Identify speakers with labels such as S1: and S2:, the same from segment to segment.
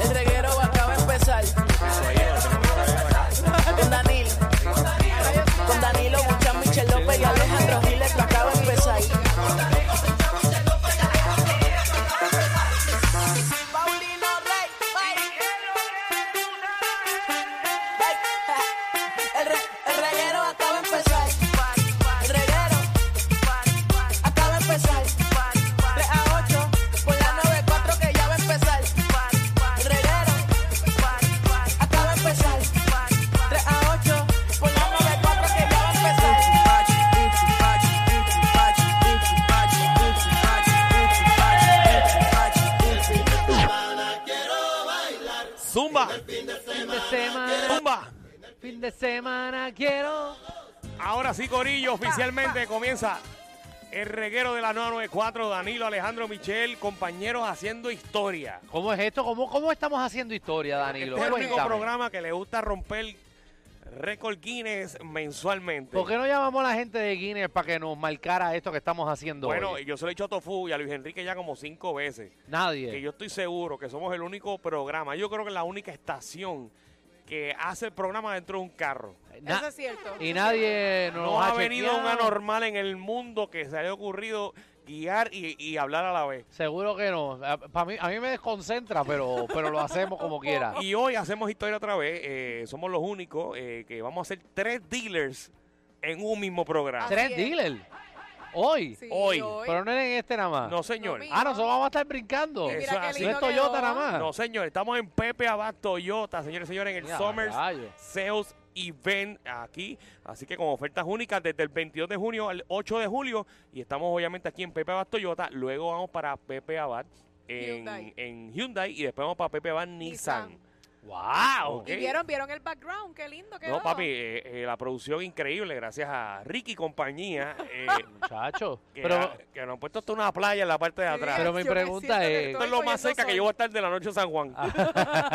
S1: el reguero acaba de empezar. Con Danilo, con Danilo Buchan, Michel López y Alejandro Gil, esto acaba de empezar. Paulino Rey, El, re, el reguero acaba de empezar. El reguero acaba de empezar. 3 a 8 por la 94 que ya va a empezar. El reguero acaba de empezar. 3 a 8 por la 94 que ya va a
S2: Zumba,
S3: Fin de semana,
S2: zumba.
S3: fin de semana quiero.
S2: Ahora sí, Corillo, oficialmente comienza el reguero de la 994. Danilo, Alejandro, Michel, compañeros haciendo historia.
S3: ¿Cómo es esto? ¿Cómo, cómo estamos haciendo historia, Danilo?
S2: Este es el único
S3: Cuéntame.
S2: programa que le gusta romper récord Guinness mensualmente.
S3: ¿Por qué no llamamos a la gente de Guinness para que nos marcara esto que estamos haciendo
S2: Bueno,
S3: hoy?
S2: yo se lo he dicho a Tofu y a Luis Enrique ya como cinco veces. Que
S3: Nadie.
S2: yo estoy seguro que somos el único programa, yo creo que la única estación que hace el programa dentro de un carro.
S3: Na-
S4: Eso es cierto.
S3: Y nadie nos
S2: No ha venido un
S3: chequeado.
S2: anormal en el mundo que se haya ocurrido guiar y- y hablar a la vez.
S3: Seguro que no. A, pa' mí, a mí me desconcentra, pero, pero lo hacemos como quiera.
S2: Y hoy hacemos historia otra vez. eh, somos los únicos eh, que vamos a hacer tres dealers en un mismo programa.
S3: Tres
S4: Así es.
S3: dealers. Hoy.
S4: Sí,
S2: hoy,
S3: Pero no en este nada más.
S2: No, señor.
S4: No, mi-
S3: ah, nosotros vamos a estar brincando.
S4: Y
S2: eso
S4: mira
S2: es
S4: qué
S2: así.
S3: no
S4: lindo
S3: es Toyota
S4: quedó.
S3: nada más.
S2: No, señor. Estamos en Pepe Abad Toyota, señores y señores, en el
S3: Ya,
S2: Summers
S3: rayo.
S2: Sales Event aquí. Así que con ofertas únicas desde el 22 de junio al 8 de julio. Y estamos obviamente aquí en Pepe Abad Toyota. Luego vamos para Pepe Abad en Hyundai,
S4: Hyundai.
S2: en Hyundai y después vamos para Pepe Abad Nissan.
S4: Nissan.
S2: ¡Wow!
S4: Y
S2: ok.
S4: vieron, vieron el background, qué lindo quedó.
S2: No, papi, eh, eh, la producción increíble, gracias a Ricky y compañía, eh,
S3: Muchachos.
S2: que,
S3: Pero,
S2: ha- que nos han puesto hasta una playa en la parte de
S4: Sí, pues,
S2: atrás.
S3: Pero mi
S4: yo me
S3: pregunta
S4: siento que
S3: es-
S2: Esto
S4: estoy
S2: es lo más
S4: cogiendo
S2: cerca que
S4: sol.
S2: yo voy a estar de la noche en San Juan.
S3: Ah,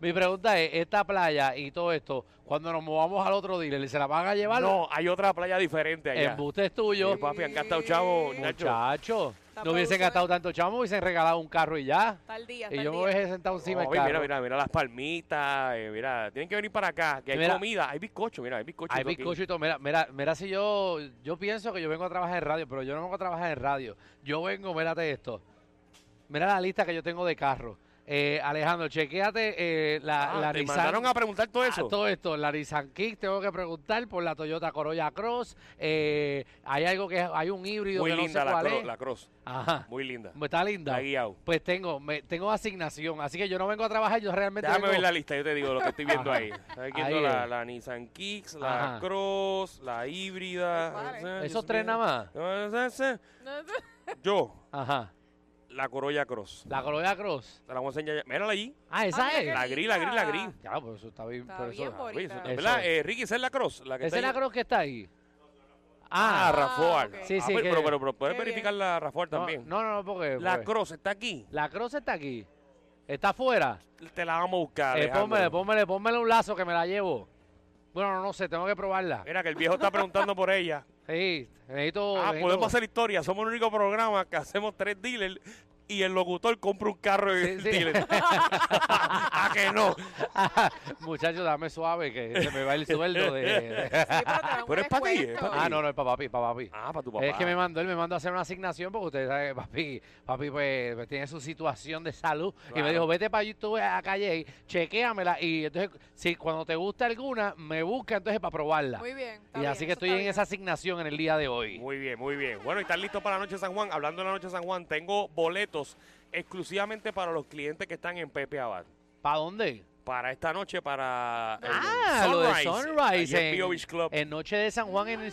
S3: Mi pregunta es, esta playa y todo esto, cuando nos movamos al otro dealer, ¿se la van a llevar?
S2: No, hay otra playa diferente allá.
S3: Embuste es tuyo.
S2: Sí, papi, han gastado chavo, Nacho.
S3: Muchacho,
S4: La
S3: no hubiesen
S4: producción
S3: gastado
S4: es-
S3: tanto chamo, hubiesen regalado un carro y ya.
S4: Tal día,
S3: Y
S4: tal
S3: yo me
S4: día.
S3: hubiese sentado encima del
S2: Papi, mira,
S3: carro.
S2: mira, mira las palmitas, eh, mira, tienen que venir para acá, que hay
S3: Mira.
S2: comida, hay bizcocho, mira, hay bizcocho.
S3: Hay
S2: todo aquí.
S3: bizcocho y todo. Mira, mira, mira si yo, yo pienso que yo vengo a trabajar en radio, pero yo no vengo a trabajar en radio. Yo vengo, mírate esto. Mira la lista que yo tengo de carros. Eh, Alejandro, chequéate eh, la,
S2: Ah,
S3: la
S2: te
S3: Nissan.
S2: mandaron a preguntar todo eso.
S3: A Ah, todo esto, la Nissan Kick, tengo que preguntar por la Toyota Corolla Cross. eh, hay algo que es- hay un híbrido
S2: Muy
S3: que no
S2: linda
S3: sé
S2: la,
S3: cuál
S2: cro-
S3: es.
S2: la cross,
S3: Ajá.
S2: muy linda.
S3: Está linda.
S2: La he guiado.
S3: Pues tengo, me, tengo asignación, así que yo no vengo a trabajar, yo realmente
S2: Déjame
S3: vengo-
S2: ver la lista, yo te digo lo que estoy viendo ahí. Estoy viendo
S3: Ahí
S2: la,
S3: es.
S2: la Nissan Kicks, la
S3: Ajá.
S2: Cross, la híbrida.
S4: Vale.
S2: Eh,
S3: Esos
S2: yo
S3: tres
S2: supiera-
S3: nada
S2: eh.
S4: No, no.
S2: Yo,
S3: Ajá.
S2: la Corolla Cross.
S3: La Corolla Cross.
S2: Te la vamos a enseñar. Mírala allí.
S3: Ah, esa
S4: mira
S3: es.
S4: Qué
S2: La gris, la gris, la gris.
S4: linda.
S3: Ya, por eso está bien.
S4: Está
S3: por eso-
S4: bien, bo-
S2: Oye, eso-
S4: Bonita.
S2: ¿Verdad?
S3: Eso.
S2: Eh, Ricky, esa es la Cross. La que
S3: Esa es
S2: está
S3: la
S2: ahí.
S3: Cross que está ahí.
S2: Ah,
S3: Ah,
S2: Rafael. pues,
S4: ok.
S3: Sí, sí,
S2: pero,
S3: que-
S2: pero, pero puedes
S4: Qué
S2: verificar la Rafael
S3: no,
S2: también.
S3: No, no, no, porque.
S2: La
S3: pues,
S2: Cross está aquí.
S3: la Cross está aquí. Está afuera.
S2: Te la vamos a buscar.
S3: Eh,
S2: Alejandro.
S3: pónmele, pónmele, pónmele un lazo que me la llevo. Bueno, no, no sé, tengo que probarla.
S2: Mira, que el viejo está preguntando por ella.
S3: Sí, necesito.
S2: Eh. Ah,
S3: necesito-
S2: podemos hacer historia. Somos el único programa que hacemos tres dealers y el locutor compra un carro en
S3: Sí,
S2: el
S3: sí.
S2: dealer. ¿A que no?
S3: Muchachos, dame suave que se me va el sueldo de. de-
S4: Sí, pero te dan un
S2: Pero es pa' ti, es
S4: descuento.
S2: pa'
S3: Ah, no, no, es para papi, para papi.
S2: Ah, para tu papá.
S3: Es que me mandó, él me mandó a hacer una asignación porque ustedes saben que papi, papi pues, pues, tiene su situación de salud y
S2: Claro.
S3: me dijo, vete para YouTube a calle, chequéamela y entonces si cuando te gusta alguna, me busca entonces para probarla.
S4: Muy bien. está
S3: y así
S4: bien,
S3: que
S4: eso
S3: estoy en
S4: está bien.
S3: esa asignación en el día de hoy.
S2: Muy bien, muy bien. Bueno, y están listos para la noche de San Juan. Hablando de la noche de San Juan, tengo boletos exclusivamente para los clientes que están en Pepe Abad.
S3: ¿Para dónde?
S2: Para esta noche, para el
S3: Ah, lo de el Sunrise.
S2: allí en
S3: en-
S2: Pio Beach Club.
S3: En Noche de San Juan en el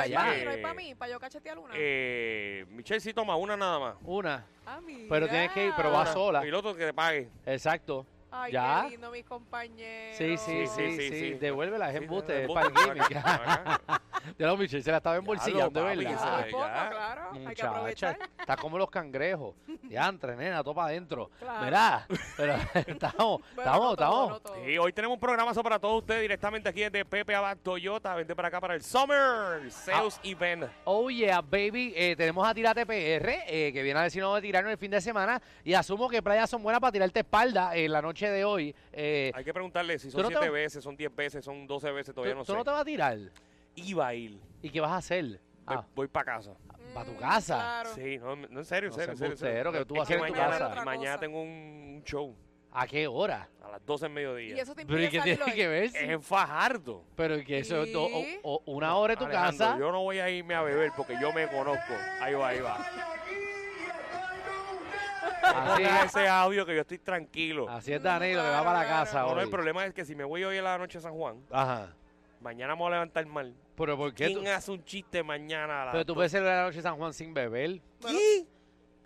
S2: Así
S3: allá.
S2: que-
S4: No hay para mí, para yo cachetear una.
S2: Eh, Michelle sí toma una nada más.
S3: Una.
S4: Ah, mira.
S3: pero tienes que ir, pero
S2: Una.
S3: vas sola.
S2: Y el otro que te pague.
S3: Exacto.
S4: Ay,
S3: ¿Ya?
S4: qué lindo, mis compañeros.
S3: Sí, sí, sí,
S2: sí,
S3: sí.
S2: sí, sí.
S3: Devuélvela, es
S2: Sí,
S3: embuste, es
S2: embuste,
S3: para el
S2: por acá,
S3: gimmick.
S2: por acá.
S3: Ya lo Michelle se la estaba embolsillando,
S2: papi,
S3: ¿verdad?
S2: eso
S4: Ah,
S2: Ay,
S4: poco,
S2: ya.
S4: claro. Hay que
S3: Muchacha,
S4: aprovechar.
S3: está como los cangrejos. Diantre, nena, topa adentro.
S4: Claro.
S3: Mirá, pero estamos,
S4: Bueno,
S3: estamos,
S4: no todo, no
S3: estamos.
S4: todo.
S2: Y hoy tenemos un programazo para todos ustedes directamente aquí desde Pepe Abad Toyota. Vente para acá para el Summer Sales Event.
S3: Oh yeah, baby. Eh, tenemos a Tírate PR, eh, que viene a decirnos de tirarnos el fin de semana. Y asumo que playas son buenas para tirarte espalda en la noche de hoy. Eh,
S2: Hay que preguntarle si
S3: ¿Tú
S2: son
S3: no te
S2: 7
S3: vas-
S2: veces, son 10 veces, son 12 veces,
S3: ¿tú,
S2: todavía no
S3: tú
S2: sé.
S3: no te vas a tirar?
S2: Iba a ir.
S3: ¿Y qué vas a hacer?
S2: Voy-
S3: Ah,
S2: Voy para casa.
S4: Mm,
S3: para tu casa.
S4: Claro.
S2: Sí, no, no, en serio, en serio. en
S3: No seas
S2: serio, en serio.
S3: bustero, que tú
S2: Es
S3: vas a hacer en tu
S2: mañana-
S3: casa.
S2: Mañana
S4: Otra
S2: tengo un show
S3: ¿A qué hora?
S2: a las 12 del mediodía.
S4: Y eso te
S3: Pero ¿y
S4: impide
S3: qué
S4: salir
S3: tiene
S4: hoy.
S3: que ver?
S2: Es en Fajardo.
S3: Pero ¿y que eso es do- o-
S4: ¿Y?
S3: o una hora en tu
S2: Alejandro,
S3: casa.
S2: Yo no voy a irme a beber porque yo me conozco. Ahí va, ahí va.
S3: Así
S2: Ponga
S3: es,
S2: ese audio que yo estoy tranquilo.
S3: así es Danilo, que va
S4: Claro,
S3: para la
S4: claro.
S3: casa
S2: No, no,
S3: hoy.
S2: el problema es que si me voy hoy a la noche a San Juan,
S3: Ajá.
S2: mañana me voy a levantar mal.
S3: Pero ¿por qué tú?
S2: ¿Quién hace un chiste mañana? A las
S3: Pero tú
S2: dos?
S3: puedes celebrar la noche de San Juan sin beber.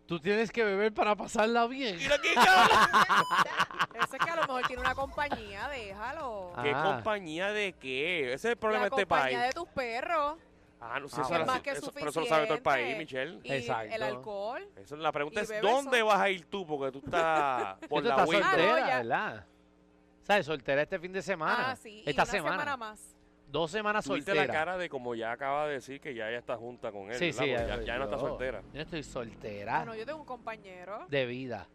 S3: Tú tienes que beber para pasarla bien.
S2: Mira quién habla.
S4: Eso es que a lo mejor tiene una compañía, déjalo.
S3: Ah,
S2: ¿Qué
S3: Ajá.
S2: compañía de qué? Ese es el problema
S4: la
S2: de este país.
S4: compañía de tus perros.
S2: Ah, no sé,
S3: Ah,
S2: eso,
S3: bueno.
S2: ahora
S3: Es
S2: sí-
S4: más que
S2: eso- pero eso lo sabe todo el país, Michelle.
S4: Y
S3: Exacto.
S4: el alcohol.
S2: Eso- la pregunta
S4: Y
S2: es,
S4: bebe
S2: ¿dónde
S4: eso.
S2: vas a ir tú? Porque tú estás por
S3: Tú
S2: la
S3: estás
S2: window.
S3: soltera,
S4: Ah, no, ya.
S3: ¿verdad? ¿Sabes? Soltera este fin de semana.
S4: Ah, sí. y
S3: Esta
S4: una
S3: semana.
S4: más.
S3: Dos semanas
S2: Tuviste
S3: soltera.
S2: la cara de como ya acaba de decir que ya ella está junta con él.
S3: sí,
S2: ¿verdad?
S3: sí.
S2: Porque ya, ya no está
S3: yo-
S2: soltera.
S3: Yo estoy soltera
S4: Bueno, yo tengo un compañero.
S3: de vida.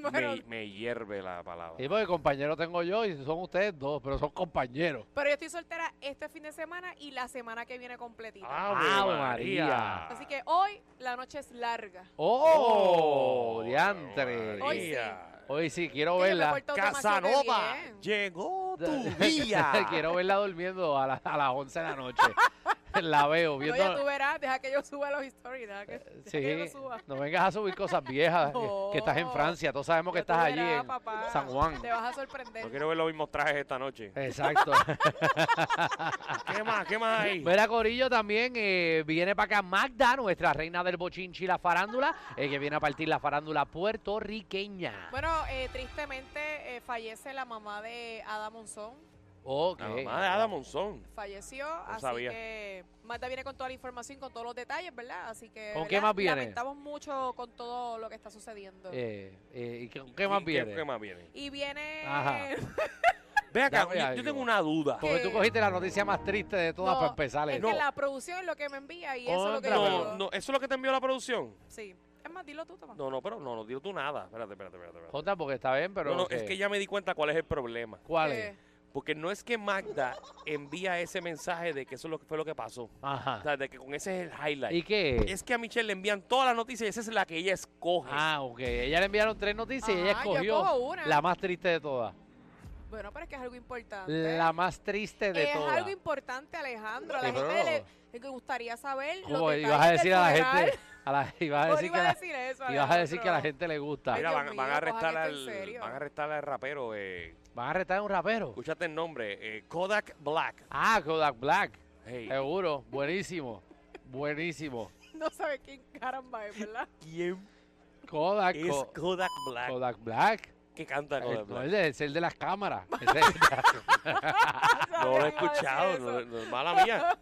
S4: Bueno,
S2: Me, me hierve la palabra.
S3: Y porque compañero tengo yo y son ustedes dos, pero son compañeros.
S4: pero yo estoy soltera este fin de semana y la semana que viene completita.
S3: Ave María.
S4: Así que hoy la noche es larga.
S3: ¡Oh! diantre.
S4: Hoy sí.
S2: María.
S3: Hoy sí, quiero
S4: Que yo me he
S3: verla.
S4: portado demasiado de
S2: Casanova,
S4: bien.
S2: llegó tu día.
S3: quiero verla durmiendo a, la- a las 11 de la noche. la veo
S4: Pero
S3: viendo. Eh,
S4: ya tú verás, deja que yo suba los stories, deja que, deja que yo
S3: Sí,
S4: lo suba.
S3: no vengas a subir cosas viejas, que- que, estás en
S4: No.
S3: Francia, todos sabemos que
S4: Ya tú
S3: estás allí
S4: verás,
S3: en
S4: papá.
S3: San Juan.
S4: Te vas a
S2: No
S4: sorprender.
S2: quiero ver los mismos trajes esta noche.
S3: Exacto.
S2: ¿Qué más? ¿Qué más hay?
S3: Mira, Corillo también eh, viene para acá Magda, nuestra reina del bochinchi y la farándula, eh, que viene a partir la farándula puertorriqueña.
S4: Bueno, eh, tristemente eh, fallece la mamá de Ada Monzón.
S3: Ok.
S2: La mamá de Ada Monzón.
S4: Falleció, así
S2: sabía.
S4: que Marta viene con toda la información, con todos los detalles, ¿verdad? Así que
S3: ¿Con
S4: ¿verdad?
S3: qué más viene?
S4: lamentamos mucho con todo lo que está sucediendo.
S3: Eh, eh, ¿y qué, qué más
S2: ¿Y
S3: viene?
S2: ¿Qué, más viene?
S4: Y viene
S3: Ajá.
S2: Ve acá,
S3: Dame
S2: yo- yo,
S3: algo.
S2: tengo una duda.
S3: Porque tú
S4: que-
S3: cogiste la noticia más triste de todas
S4: No,
S3: para empezar.
S4: es
S3: eh.
S4: que la producción es lo que me envía y eso es lo que yo
S2: No,
S4: digo.
S2: no, ¿Eso es lo que te envió la producción?
S4: Sí. Es más, dilo tú, Tomás.
S2: No, no, pero no, no digo tú nada. Espérate, espérate, espérate. espérate.
S3: Jota, porque está bien, pero.
S2: No, no, es que ya me di cuenta cuál es el problema.
S3: ¿Cuál
S4: Eh,
S3: es?
S2: Porque no es que Magda envía ese mensaje de que eso es lo que- fue lo que pasó. O
S3: Ajá.
S2: sea, de que con ese es el highlight.
S3: ¿Y qué?
S2: Es que a Michelle le envían todas las noticias y esa es la que ella escoge.
S3: Ah, ok. Ella le enviaron tres noticias y ella
S4: Ajá, yo
S3: escogió
S4: cojo una.
S3: la más triste de todas.
S4: Bueno, pero es que es algo importante.
S3: La más triste de
S4: es
S3: todas.
S4: algo importante, Alejandro. A
S3: Sí,
S4: la
S3: pero
S4: gente
S3: no.
S4: le, le gustaría saber. los
S3: ¿Cómo
S4: detalles
S3: ibas a
S4: del
S3: decir a la
S4: funeral.
S3: gente? A la, ibas a
S4: Yo
S3: decir
S4: iba
S3: que
S4: a
S3: la-
S4: decir eso.
S3: Y vas a decir que a la
S4: Alejandro.
S3: gente le gusta.
S4: Ay,
S2: Mira,
S4: Dios
S2: van, van a
S4: mío,
S2: arrestar
S4: cojan esto en
S2: al,
S4: serio.
S2: van a arrestar al rapero. eh,
S3: Van a retar a un rapero.
S2: escúchate el nombre, eh, Kodak Black.
S3: Ah, Kodak Black.
S2: Hey,
S3: Seguro. Buenísimo. Buenísimo.
S4: No sabe quién caramba es, ¿verdad?
S2: ¿Quién
S3: Kodak.
S2: es
S3: Co-
S2: Kodak Black?
S3: Kodak Black.
S2: ¿Qué canta
S3: El-
S2: Kodak
S3: Eh, no,
S2: Black?
S3: el de, es el de las cámaras. Ese es-
S2: No lo he
S4: Sabía que iba a decir
S2: escuchado,
S4: eso.
S2: no, no, mala mía.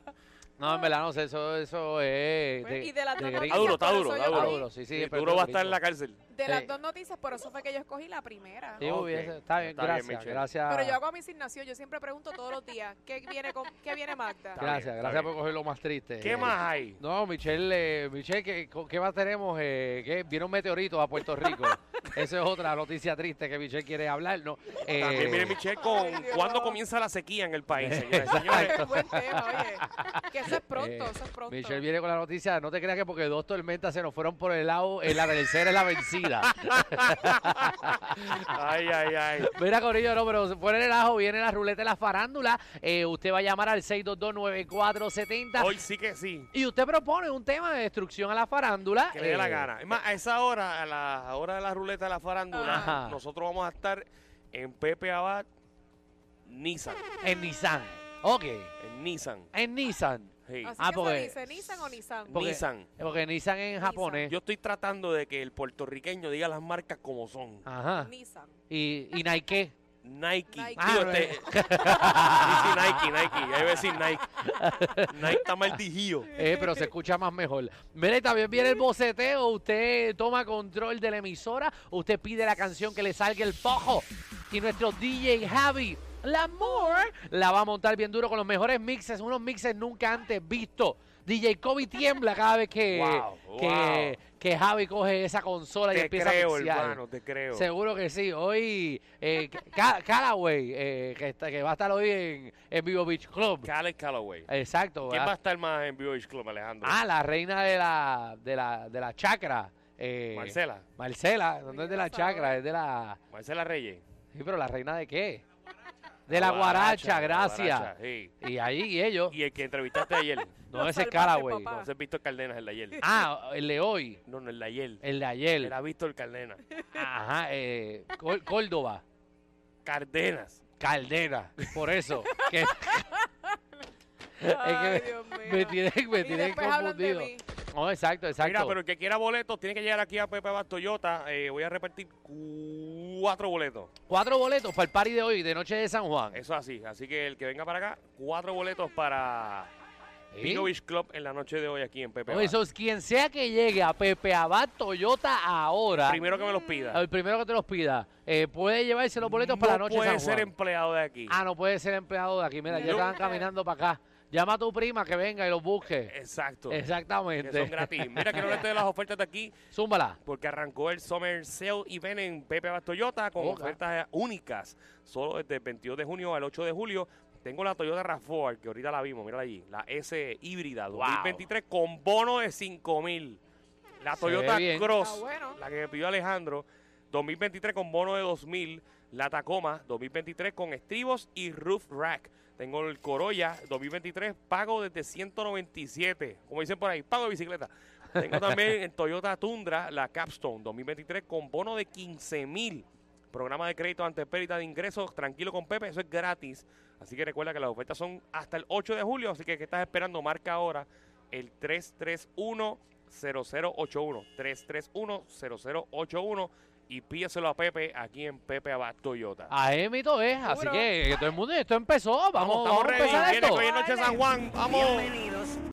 S3: no, en verdad no sé. Eso, eso es.
S4: Pues, y de las dos
S3: gringo.
S4: noticias,
S2: Está duro, está duro, está
S4: por eso yo
S3: Ah,
S2: Eh, duro.
S4: cogí-
S3: duro, sí, sí.
S2: Y
S3: es
S2: tú no vas a estar en
S3: gringo.
S2: la cárcel.
S4: De
S3: Sí.
S4: las dos noticias, por eso fue que yo escogí la primera.
S3: Sí,
S2: Ok.
S3: hubiese- está bien,
S2: Está bien,
S3: gracias,
S2: Michelle.
S3: gracias.
S4: Pero yo hago mi asignación, yo siempre pregunto todos los días, ¿qué viene, con, qué viene Magda?
S2: Está
S3: Gracias,
S2: bien, está
S3: gracias
S2: bien.
S3: por coger lo más triste.
S2: ¿Qué
S3: Eh,
S2: más hay?
S3: No, Michelle, eh, Michelle ¿qué, co- qué más tenemos? Eh, ¿qué? Viene un meteorito a Puerto Rico. Esa es otra noticia triste que Michelle quiere hablar, ¿no? Eh,
S2: También viene Michelle con
S4: Ay, Dios.
S2: cuándo comienza la sequía en el país, señores. señores.
S4: Qué buen tema, oye. Que eso es pronto,
S3: Eh,
S4: eso es pronto.
S3: Michelle viene con la noticia, no te creas que porque dos tormentas se nos fueron por el lado, eh, la tercera es la vencida.
S2: Ay, ay, ay.
S3: Mira, Corillo, no, pero fuera el ajo, viene la ruleta de la farándula. Eh, usted va a llamar al 6229470
S2: Hoy sí que sí.
S3: y usted propone un tema de destrucción a la farándula.
S2: Que le dé la
S3: eh,
S2: gana. Es más, a esa hora, a la hora de la ruleta de la farándula,
S3: Ajá.
S2: nosotros vamos a estar en Pepe Abad. Nissan.
S3: En Nissan. Ok.
S2: En Nissan.
S3: En Nissan.
S2: Sí.
S4: Así
S3: Ah,
S4: que
S3: porque-
S4: se dice Nissan o Nissan.
S3: porque-
S2: Nissan.
S3: Porque Nissan en japonés.
S2: Yo estoy tratando de que el puertorriqueño diga las marcas como son.
S3: Ajá.
S4: Nissan.
S3: Y, y Nike.
S2: Nike.
S4: Nike.
S2: Digo,
S3: Ah,
S2: este- Dice Nike, Nike. Ya iba a decir Nike. Nike está mal digido.
S3: Eh, pero se escucha más mejor. Mire, también viene el boceteo. Usted toma control de la emisora. Usted pide la canción que le salga el pojo. Y nuestro DJ Javi, la Moore, la va a montar bien duro con los mejores mixes. Unos mixes nunca antes vistos. DJ Kobe tiembla cada vez que,
S2: Wow,
S3: que, que Javi coge esa consola y
S2: Te
S3: empieza a
S2: creo,
S3: mixear.
S2: hermano, te creo.
S3: Seguro que sí. Hoy, eh, Ca- Callaway, eh, que, está- que va a estar hoy en, en Vivo Beach Club.
S2: Alex Calloway.
S3: Exacto.
S2: ¿Quién
S3: ¿verdad?
S2: va a estar más en BioH Club, Alejandro?
S3: Ah, la reina de la, de la, de la chacra. eh,
S2: Marcela.
S3: Marcela, no es de la
S4: Sabrosa.
S3: chacra, es de la...
S2: Marcela Reyes.
S3: Sí, pero la reina de qué? De la guaracha,
S2: la
S3: gracias.
S2: guaracha, sí.
S3: Y ahí y ellos.
S2: Y el que entrevistaste ayer.
S3: No,
S4: Lo
S3: ese es
S4: salvaste,
S3: Callaway.
S4: papá.
S2: No, ese es Víctor Cardenas, el de ayer.
S3: Ah, el de hoy,
S2: No, no, el de ayer.
S3: el de ayer.
S2: Era Víctor Cardenas.
S3: Ajá, eh, Col- Córdoba,
S2: Cardenas.
S3: Caldera, por eso. que
S4: Ay,
S3: me-
S4: Dios mío.
S3: me tienen, me
S4: Y
S3: tienen
S4: después hablan de
S3: confundido.
S4: mí.
S3: No, exacto, exacto.
S2: Mira, pero el que quiera boletos tiene que llegar aquí a Pepe Bar Toyota. Eh, voy a repartir cuatro boletos.
S3: Cuatro boletos para el party de hoy, de Noche de San Juan.
S2: Eso es así. Así que el que venga para acá, cuatro boletos para
S3: Sí.
S2: Pingo Beach Club en la noche de hoy aquí en Pepe
S3: Oye,
S2: Bar.
S3: eso es quien sea que llegue a Pepe Abad Toyota ahora,
S2: Primero que me los pida.
S3: el primero que te los pida, eh, puede llevarse los boletos
S2: no
S3: para la noche de
S2: puede
S3: San Juan.
S2: ser empleado de aquí.
S3: Ah, no puede ser empleado de aquí. Mira, ya
S2: No.
S3: estaban caminando para acá. Llama a tu prima que venga y los busque.
S2: Exacto.
S3: Exactamente.
S2: Que son gratis. Mira que no le de las ofertas de aquí
S3: Zúmbala.
S2: porque arrancó el Summer Sale y ven en Pepe Abad Toyota con
S3: Oca.
S2: ofertas únicas. Solo desde el 22 de junio al 8 de julio. Tengo la Toyota RAV4, que ahorita la vimos, mírala allí. La S híbrida 2023 con bono de 5 mil. La
S3: Se
S2: Toyota
S3: ve bien.
S2: Cross,
S4: Ah, bueno.
S2: la que me pidió Alejandro, 2023 con bono de 2 mil. La Tacoma 2023 con estribos y roof rack. Tengo el Corolla 2023 pago desde 197. Como dicen por ahí, pago de bicicleta. Tengo también el Toyota Tundra, la Capstone 2023 con bono de 15 mil. Programa de crédito ante pérdida de ingresos, tranquilo con Pepe, eso es gratis. Así que recuerda que las ofertas son hasta el 8 de julio, así que ¿qué estás esperando? Marca ahora el 331-0081. 331-0081 y pídeselo a Pepe aquí en Pepe Abad Toyota.
S3: A Emito es, así
S4: Seguro.
S3: que, que todo el mundo, esto empezó, vamos, vamos,
S2: estamos
S3: a
S2: ready,
S3: empezar
S2: viene que
S3: esto.
S2: hoy es noche de San Juan, vamos.
S5: Bienvenidos